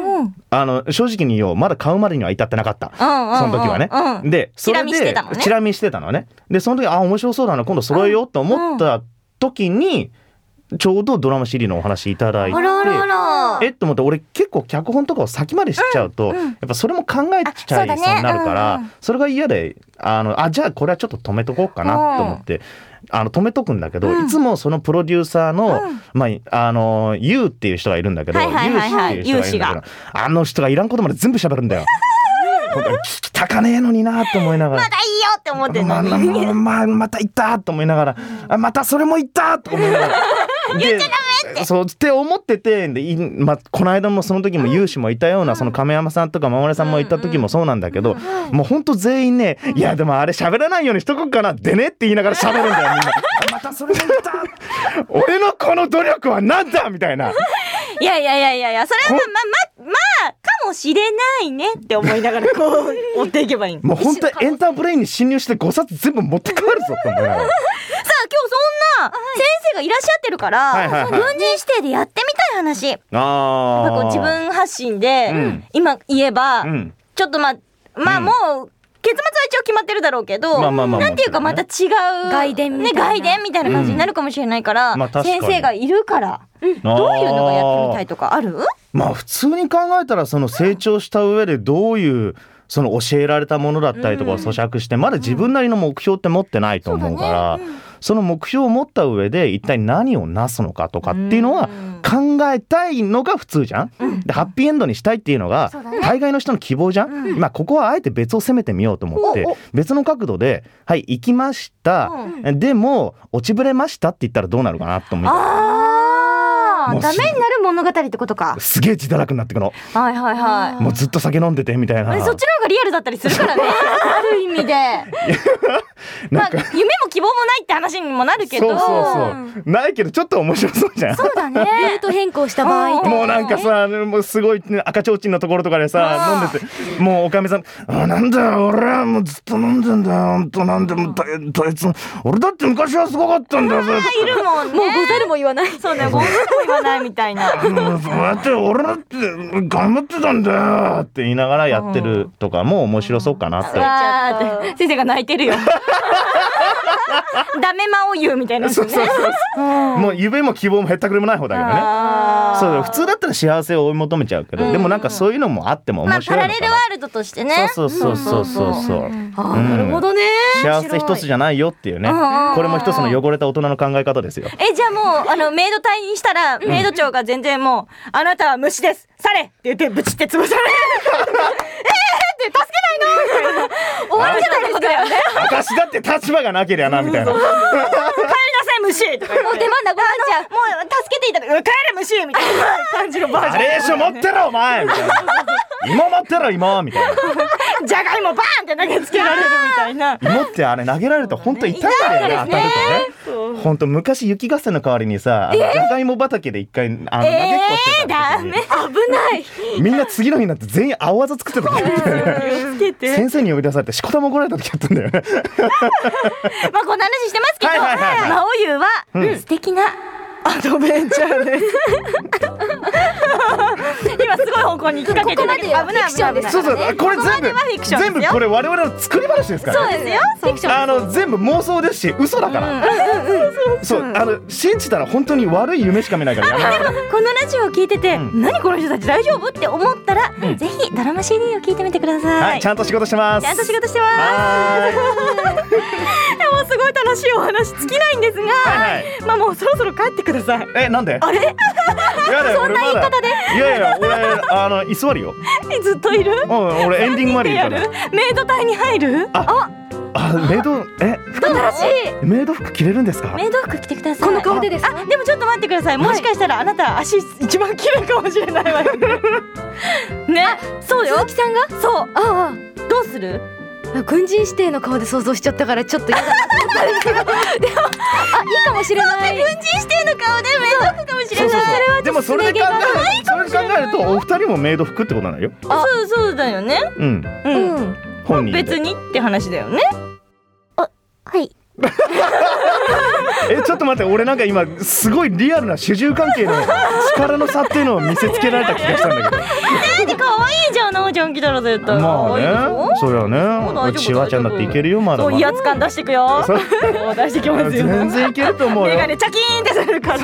S13: あの正直に言おうまだ買うまでには至ってなかった、その時はね、でそれでチラ見してたのねでその時あ面白そうだな今度揃えようと思った時に、ちょうどドラマ CD のお話いただいてえっと思って俺結構脚本とかを先まで知っちゃうと、やっぱそれも考えちゃいそうになるから、それが嫌であのあじゃあこれはちょっと止めとこうかなと思って。あの止めとくんだけど、いつもそのプロデューサーの、まあ、あの、ユウっていう人がいるんだけど、ユウっていう人がいるんだけど、あの人がいらんことまで全部喋るん [laughs] だよ。聞きたかねえのになと思いながら。
S1: まだいいよって思ってま
S13: まままた行ったと思いながら、またそれも行ったと思いながら。 [laughs]
S1: 言っちゃダメって
S13: そうって思っててで、まあ、この間もその時も有志もいたような、その亀山さんとか守さんもいた時もそうなんだけど、もうほんと全員ね「いやでもあれ喋らないようにしとこうかな」でねって言いながら喋るんだよ [laughs] みんな。またそれも言った俺のこの努力は何だみたい [laughs] な。
S1: いやいやいやいやいやそれはまあままあかもしれないねって思いながらこ
S13: [laughs]
S1: う持っていけばいい
S13: もう本当エンタープレインに侵入して5冊全部持って帰るぞって思いな [laughs] がら。
S1: さあ今日そんな先生がいらっしゃってるから、軍人指定でやってみたい話。ああ。こう自分発信で、今言えば、ちょっとまあ、まあもう、結末は一応決まってるだろうけど、なんていうかまた違う、
S2: 外伝
S1: ね、外伝みたいな感じになるかもしれないから、先生がいるから、どういうのがやってみたいとかある
S13: まあ普通に考えたら、その成長した上でどういう、その教えられたものだったりとかを咀嚼して、まだ自分なりの目標って持ってないと思うから、その目標を持った上で一体何をなすのかとかっていうのは考えたいのが普通じゃん、でハッピーエンドにしたいっていうのが大概の人の希望じゃん、まあここはあえて別を攻めてみようと思って別の角度で「はい行きました、でも落ちぶれました」って言ったらどうなるかなと思って
S1: あ
S13: も
S1: ー
S13: う
S1: ダメになる物語ってことか
S13: すげえ自堕落になってくの。
S1: はいはいはい
S13: もうずっと酒飲んでてみたいな
S1: え。そっちの方がリアルだったりする [laughs] からねある意味でまあ夢も希望もないって話にもなるけど
S13: そうそうそう。ないけどちょっと面白そうじゃん。
S1: そうだねルート変更した場合
S13: もうなんかさ、もうすごいね赤ちょうちんのところとかでさ、飲んでて、もうおかみさん、あなんだよ、俺はもうずっと飲んでんだよ、ほんとなんでもた、たいつ、俺だって昔はすごかったんだよ、そうやって
S1: いるもんねもうござるも言わないそうねござるも言わないみたい [laughs] な
S13: もうそうやって俺だって頑張ってたんだよって言いながらやってるとかも面白そうかなって。
S1: わーって先生が泣いてる
S13: [laughs]
S1: よダメ魔を言うみたいなやつね
S13: そうそうそうもう夢も希望もへったくれもない方だけどね。そう普通だったら幸せを追い求めちゃうけど、でもなんかそういうのもあっても
S1: まあ
S13: 面
S1: パ
S13: 白い
S1: ラ
S13: の
S1: レ
S13: か
S1: ルワールドとしてね
S13: な。そうそうそうそうそうそ
S1: あ
S13: う。う
S1: ー
S13: ん
S1: なるほどね
S13: 幸せ一つじゃないよっていうね
S1: 面白い。
S13: これも一つの汚れた大人の考え方ですよ。
S1: えじゃあもうあのメイド隊にしたら、メイド長が全然もう「あなたは虫ですされ!」って言ってブチって潰さ
S13: [laughs]
S1: れるえーって助けないのみたいな終わりじゃないですかだよね
S13: 私だって立場がなけりゃなみたいな。
S1: 帰りなさい虫とかもう出番なくなっちゃうもう助けていただく帰れ虫みたいな感じのバージョン
S13: ナレーション持ってろお前みたいな。芋持ってろ芋みたいな。
S1: じゃがいもバーンって投げつけられるみたいな。
S13: 芋ってあれ投げられると本当痛いんだよね当たるとね。本当昔雪合戦の代わりにさ、あのじ
S1: えー
S13: ゃがいも畑で一回あの投げっ
S1: え
S13: こして
S1: ー、ダメ危ない
S13: みんな次の日になって全員青技作ってた時あったよね
S1: 気をつけて
S13: 先生に呼び出されてしこたま怒られた時あったんだよね
S1: まあこんな話してますけど、
S13: はいはいはいはい
S1: 魔王湯は、
S13: うん
S1: 素敵なアドベンチャーです。今すごい方向に行きかけてたけど危ない危ない危ない。
S13: そうそうこれ
S1: こまで
S13: 全部
S1: はフィクション
S13: 全部
S1: ですよ
S13: これ我々の作り話ですから
S1: そ
S13: ね
S1: うですよフィクション
S13: あの全部妄想ですし嘘だから、そうあの信じたら本当に悪い夢しか見ないからやめ
S1: でもこのラジオを聞いてて、何この人たち大丈夫って思ったら、ぜひドラマ CD を聞いてみてください。
S13: はいちゃんと仕事してます
S1: ちゃんと仕事してます。でもすごい楽しいお話尽きないんですが、
S13: はい
S1: まあもうそろそろ帰ってください。
S13: えなんで
S1: あれ？
S13: やだよ
S1: そんな言い
S13: 俺まだ
S1: 方で。
S13: いやいや俺あの居座るよ
S1: ずっといる？
S13: うん俺エンディングまでいるから
S1: やるメイド隊に入る？あ、
S13: あメイドえ
S1: 新しい。
S13: メイド服着れるんですか
S1: メイド服着てください。この顔でです。あ、でもちょっと待ってください。もしかしたらあなた足一番綺麗かもしれない [laughs] わよ。ね、そうよ。鈴木さんが？そう。ああ、どうする？
S14: 軍人指定の顔で想像しちゃったからちょっと嫌だなと思ったんですけどでもあいいかもしれない軍人指定の顔でメイド服かもし
S13: そうそうそうでもそれで考えるそれで考えるとお二人もメイド服ってことなのよ
S1: そうそうだよね。
S13: うん
S1: うん。
S13: 本人で
S1: 別にって話だよね。
S13: えちょっと待って俺なんか今すごいリアルな主従関係の力の差っていうのを見せつけられた気がしたんだけど
S1: だって可愛いじゃん、なおちゃん来たら絶対。
S13: まあねそり
S1: う大
S13: ゃ
S1: 丈
S13: ね
S1: 夫
S13: ちわちゃんだっていけるよまだ
S1: そう
S13: ま
S1: 威
S13: だ
S1: 圧感出してくよ。
S13: そう
S1: もう出してきますよ。
S13: 全然いけると思う
S1: メ
S13: よ
S1: ガネチャキーンってするから。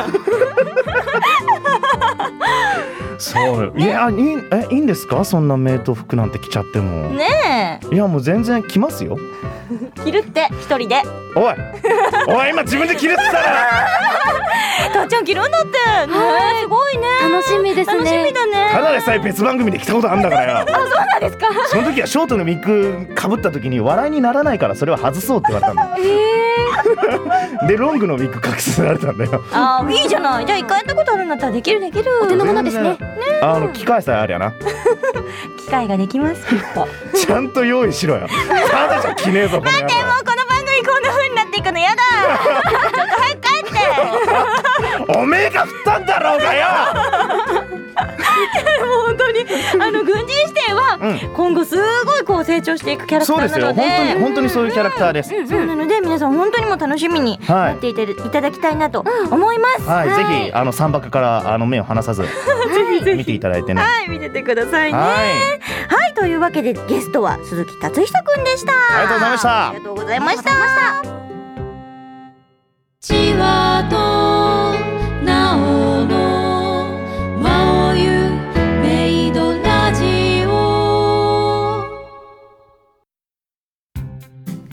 S13: そういやいいえいいんですかそんなメイド服なんて着ちゃっても
S1: ね
S13: いやもう全然着ますよ
S1: え、着るって一人で。 [laughs]
S13: おいおい今自分で着るっつったら
S1: たっちゃん着るんだって。ねえすごいね。楽しみですね。楽しみだね。
S13: ただでさえ別番組で着たことあんだからよ
S1: あ、そうなんですか。
S13: その時はショートのミッグかぶった時に笑いにならないからそれは外そうって言われたんだ
S1: ええ
S13: でロングのミッグ隠せられたんだよ
S1: あー、いいじゃない。じゃあ一回やったことあるんだったらできるできる。お手の物ですね。
S13: あの機械さえありゃな
S1: 機会 [laughs] ができますきっと。
S13: ちゃんと用意しろよただじゃ着ねえぞこの野郎
S1: もうこの番組こんな風になっていくのや [laughs] だちょっと早く帰って
S13: おめえが振ったんだろうがよ
S1: もう本当にあの軍人視点は今後すごいこう成長していくキャラクタ
S13: そうで
S1: ー
S13: す
S1: なの
S13: よ本
S1: で
S13: 当に本当にそういうキャラクターです、
S1: うんそうなので皆さん本当にもう楽しみに
S13: はい
S1: 待っていていただきたいなと思います
S13: はい、ぜひあの三幕からあの目を離さず
S1: ひ [laughs] ぜひ
S13: 見ていただいてね。
S1: はい見ててくださいね
S13: はい
S1: はいというわけでゲストは鈴木達久くんでしたあ
S13: りがとうございました
S1: ありがとうございました
S15: ちわとなおのまおゆメイドラジオ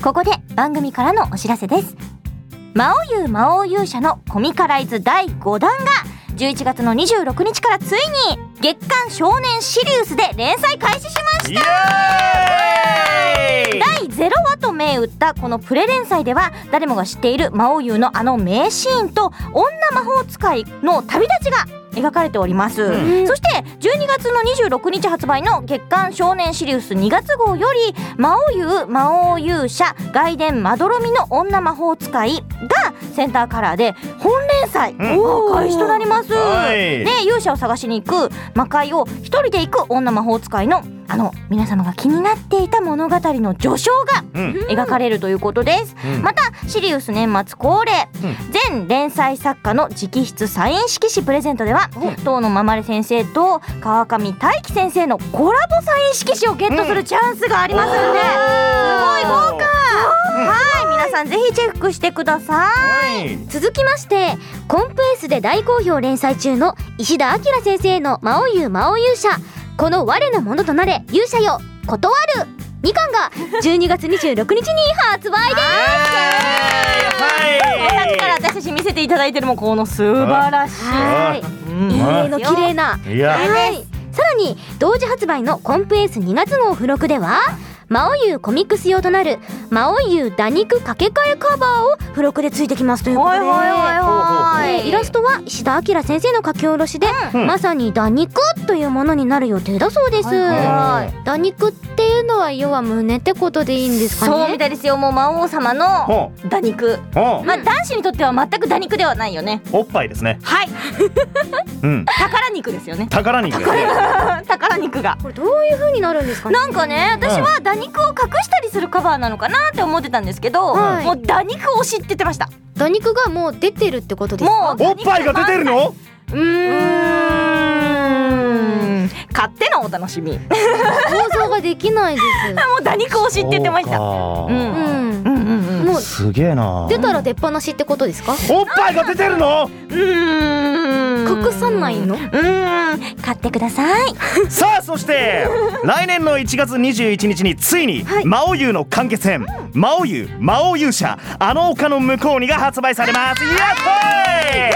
S2: ここで番組からのお知らせです魔王優魔王勇者のコミカライズ第5弾が11月の26日からついに月刊少年シリウスで連載開始しました第0話と銘打ったこのプレ連載では誰もが知っている魔王優のあの名シーンと女魔法使いの旅立ちが描かれております、
S1: うん
S2: そして12月の26日発売の月刊少年シリウス2月号より魔王優魔王勇者外伝まどろみの女魔法使いがセンターカラーで本連載を開始となります、
S1: はい
S2: で勇者を探しに行く魔界を一人で行く女魔法使いのあの皆様が気になっていた物語の序章が
S1: うん
S2: 描かれるということです、
S1: うん
S2: またシリウス年末恒例、全連載作家の直筆サイン色紙プレゼントでは当のままれ先生と川上大輝先生のコラボサイン色紙をゲットするチャンスがありますので、すごい豪華
S1: はい
S2: 皆さんぜひチェックしてくださ
S1: い
S2: 続きましてコンプ S で大好評連載中の石田明先生の魔王優魔王勇者この我のものとなれ勇者よ断る2巻が12月26日に発売です
S1: さっきから私たち見せていただいてるもうこの素晴らしい
S2: はい
S1: うん
S2: いいの綺麗ない
S1: や
S2: はいさらに同時発売のコンプエース2月号付録では魔王優コミックス用となる魔王優打肉掛け替えカバーを付録でついてきますということで
S1: はいはいはいはい
S2: えーイラストは石田明先生の書き下ろしで、まさに打肉というものになる予定だそうです、
S1: はい
S2: 打肉っていうのは要は胸ってことでいいんですかね
S1: そうみたいですよもう魔王様の打肉
S13: お
S1: まあ男子にとっては全く打肉ではないよね
S13: おっぱいですね
S1: はい
S13: うん
S1: 宝肉ですよね
S13: 宝肉ですね
S1: [laughs] 宝肉が
S2: これどういう風になるんですかね
S1: なんかね私は打肉を隠したりするカバーなのかなって思ってたんですけど、
S2: はい
S1: もう打肉推しって言ってました
S2: 打肉がもう出てるってことです
S1: か
S13: おっぱいが出てるの
S1: うーん勝手のお楽しみも
S2: 想像ができないです
S1: [laughs] う打肉推しって言ってました
S13: そうか
S2: うん
S1: うん
S2: もう
S13: すげえな
S2: 出たら出っ放しってことですか
S13: おっぱいが出てるの
S2: 隠さないのうん買ってください
S13: [laughs] さあそして来年の1月21日についに魔王優の完結編「魔王優魔王勇者あの丘の向こうに」が発売されますやっほーい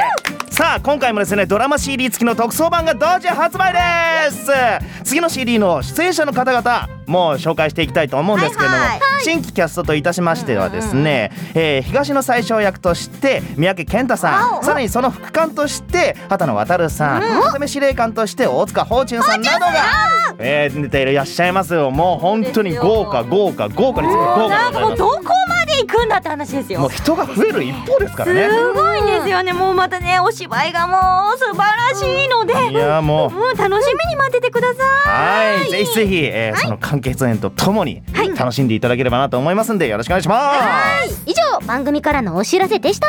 S13: さあ今回もですねドラマ CD 付きの特装版が同時発売です次の CD の出演者の方々もう紹介していきたいと思うんですけれども、新規キャストといたしましてはですね、えー東の最小役として三宅健太さんさらにその副監として畑野渉さん、
S1: うん
S13: 片目司令官として大塚芳忠さんなどがえー、出ていらっしゃいますよもう本当に豪華豪華豪華ですよ豪
S1: な
S13: 華
S1: ん
S13: で
S1: かも
S13: ござ
S1: う
S13: い
S1: ど
S13: ま
S1: こまで行くんだって話です
S13: す
S1: よ
S13: もう人が増える一方ですからね
S1: すごいんですよねもうまたねお芝居がもう素晴らしいので
S13: いやもう
S1: もう楽しみに待っててください
S13: はいぜひぜひ、えーその完結編とともに楽しんでいただければなと思いますんでよろしくお願いします、
S2: 以上番組からのお知らせでした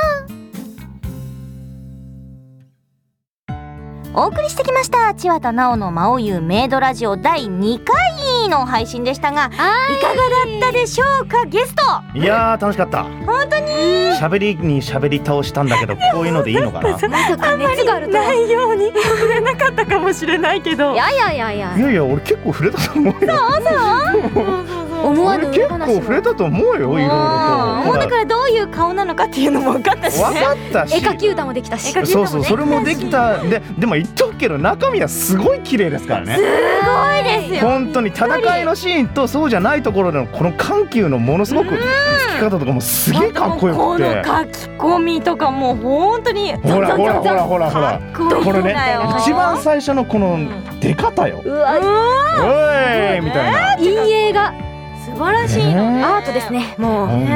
S2: お送りしてきました千和田奈央の魔王優メイドラジオ第2回の配信でしたがいかがだったでしょうかゲスト
S13: いやー楽しかった
S1: 本当に
S13: 喋りに喋り倒したんだけどこういうのでいいのかな
S1: あんまりないように触れなかったかもしれないけど
S2: いやいやいやいや
S13: いやいや俺結構触れたと思うよ
S2: 思わぬ裏
S13: 結構
S2: 話
S13: 触れたと思うよいろいろと
S2: もうだからどういう顔なのかっていうのも分かったし、ね、
S13: 分かったし
S2: 絵描き歌もできたし
S13: そうそうそれもできたででも言っとくけど中身はすごい綺麗ですからね
S2: すごいですよ
S13: 本当に戦いのシーンとそうじゃないところでのこの緩急のものすごく
S1: うん
S13: つき方とかもすげえかっこよ
S1: こ
S13: く
S1: の
S13: て
S1: 書き込みとかもう本当に
S13: ほらほらほらほらほ
S1: からっこいい
S13: これね
S1: だよ
S13: 一番最初のこの出方よ
S1: うわ
S13: おいみたいない
S2: い映画素晴らしいのねアートですねもう
S13: 本当に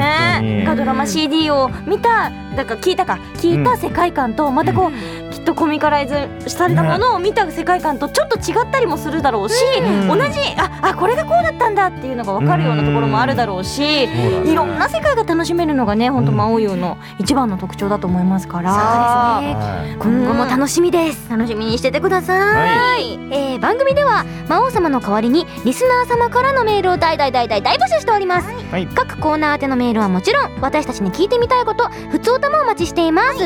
S2: ねがドラマ CD を見ただから聞いたか聞いた世界観とまたこうきっとコミカライズされたものを見た世界観とちょっと違ったりもするだろうし
S1: うん
S2: 同じああこれがこうだったんだっていうのが分かるようなところもあるだろうし
S1: うんそうだね
S2: いろんな世界が楽しめるのがね本当魔王優の一番の特徴だと思いますから
S1: そうですね
S2: 今後も楽しみです楽しみにしててください、えー番組では魔王様の代わりにリスナー様からのメールを大大大大大募集しております、
S13: はい
S2: 各コーナー宛てのメールはもちろん私たちに聞いてみたいこと普通歌もお待ちしています、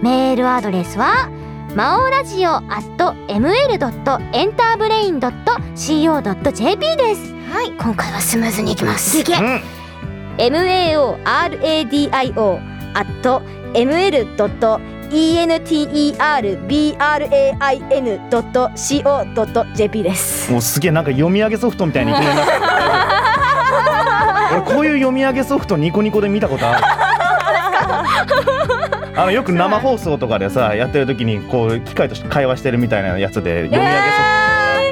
S2: メールアドレスは魔王ラジオ at ml.enterbrain.co.jp です、はい、今回はスムーズにいきます
S1: いけ
S2: うん
S6: MAORADIO
S2: ml.enterbrain.co.jp です
S13: もうすげえなんか読み上げソフトみたいにいきな
S1: [laughs]
S13: りなった俺こういう読み上げソフトニコニコで見たことあるあのよく生放送とかでさやってる時にこう機械として会話してるみたいなやつで読み上げソフト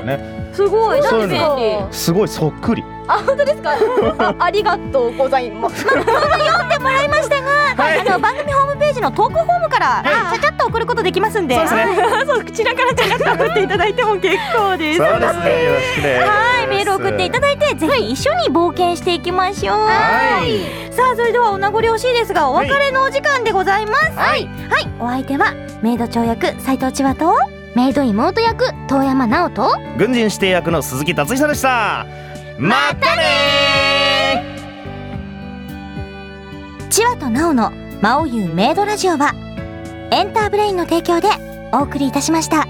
S13: ね、
S2: すごい
S13: そう
S2: 何
S13: いう
S2: で
S13: の [laughs] すごいそっくり
S2: あ本当ですかあありがとうございます
S1: まあ、そんな読んでもらいましたが、あの番組ホームページの投稿フォームからちゃちゃっと送ることできますんで、
S13: そうですね
S1: はい [laughs] そうこちらからちゃちゃっと送っていただいても結構です。
S13: そうですねよろしくです
S1: はい、メール送っていただいて、ぜひ一緒に冒険していきましょう。はい。さあ、それではお名残惜しいですが、お別れのお時間でございます。はい。はい、お相手は
S16: メイド長役斉藤千和とメイド妹役遠山直と
S13: 軍人指定役の鈴木達久でしたまたねー
S16: 千和と直の「魔王優メイドラジオは」エンターブレインの提供でお送りいたしました。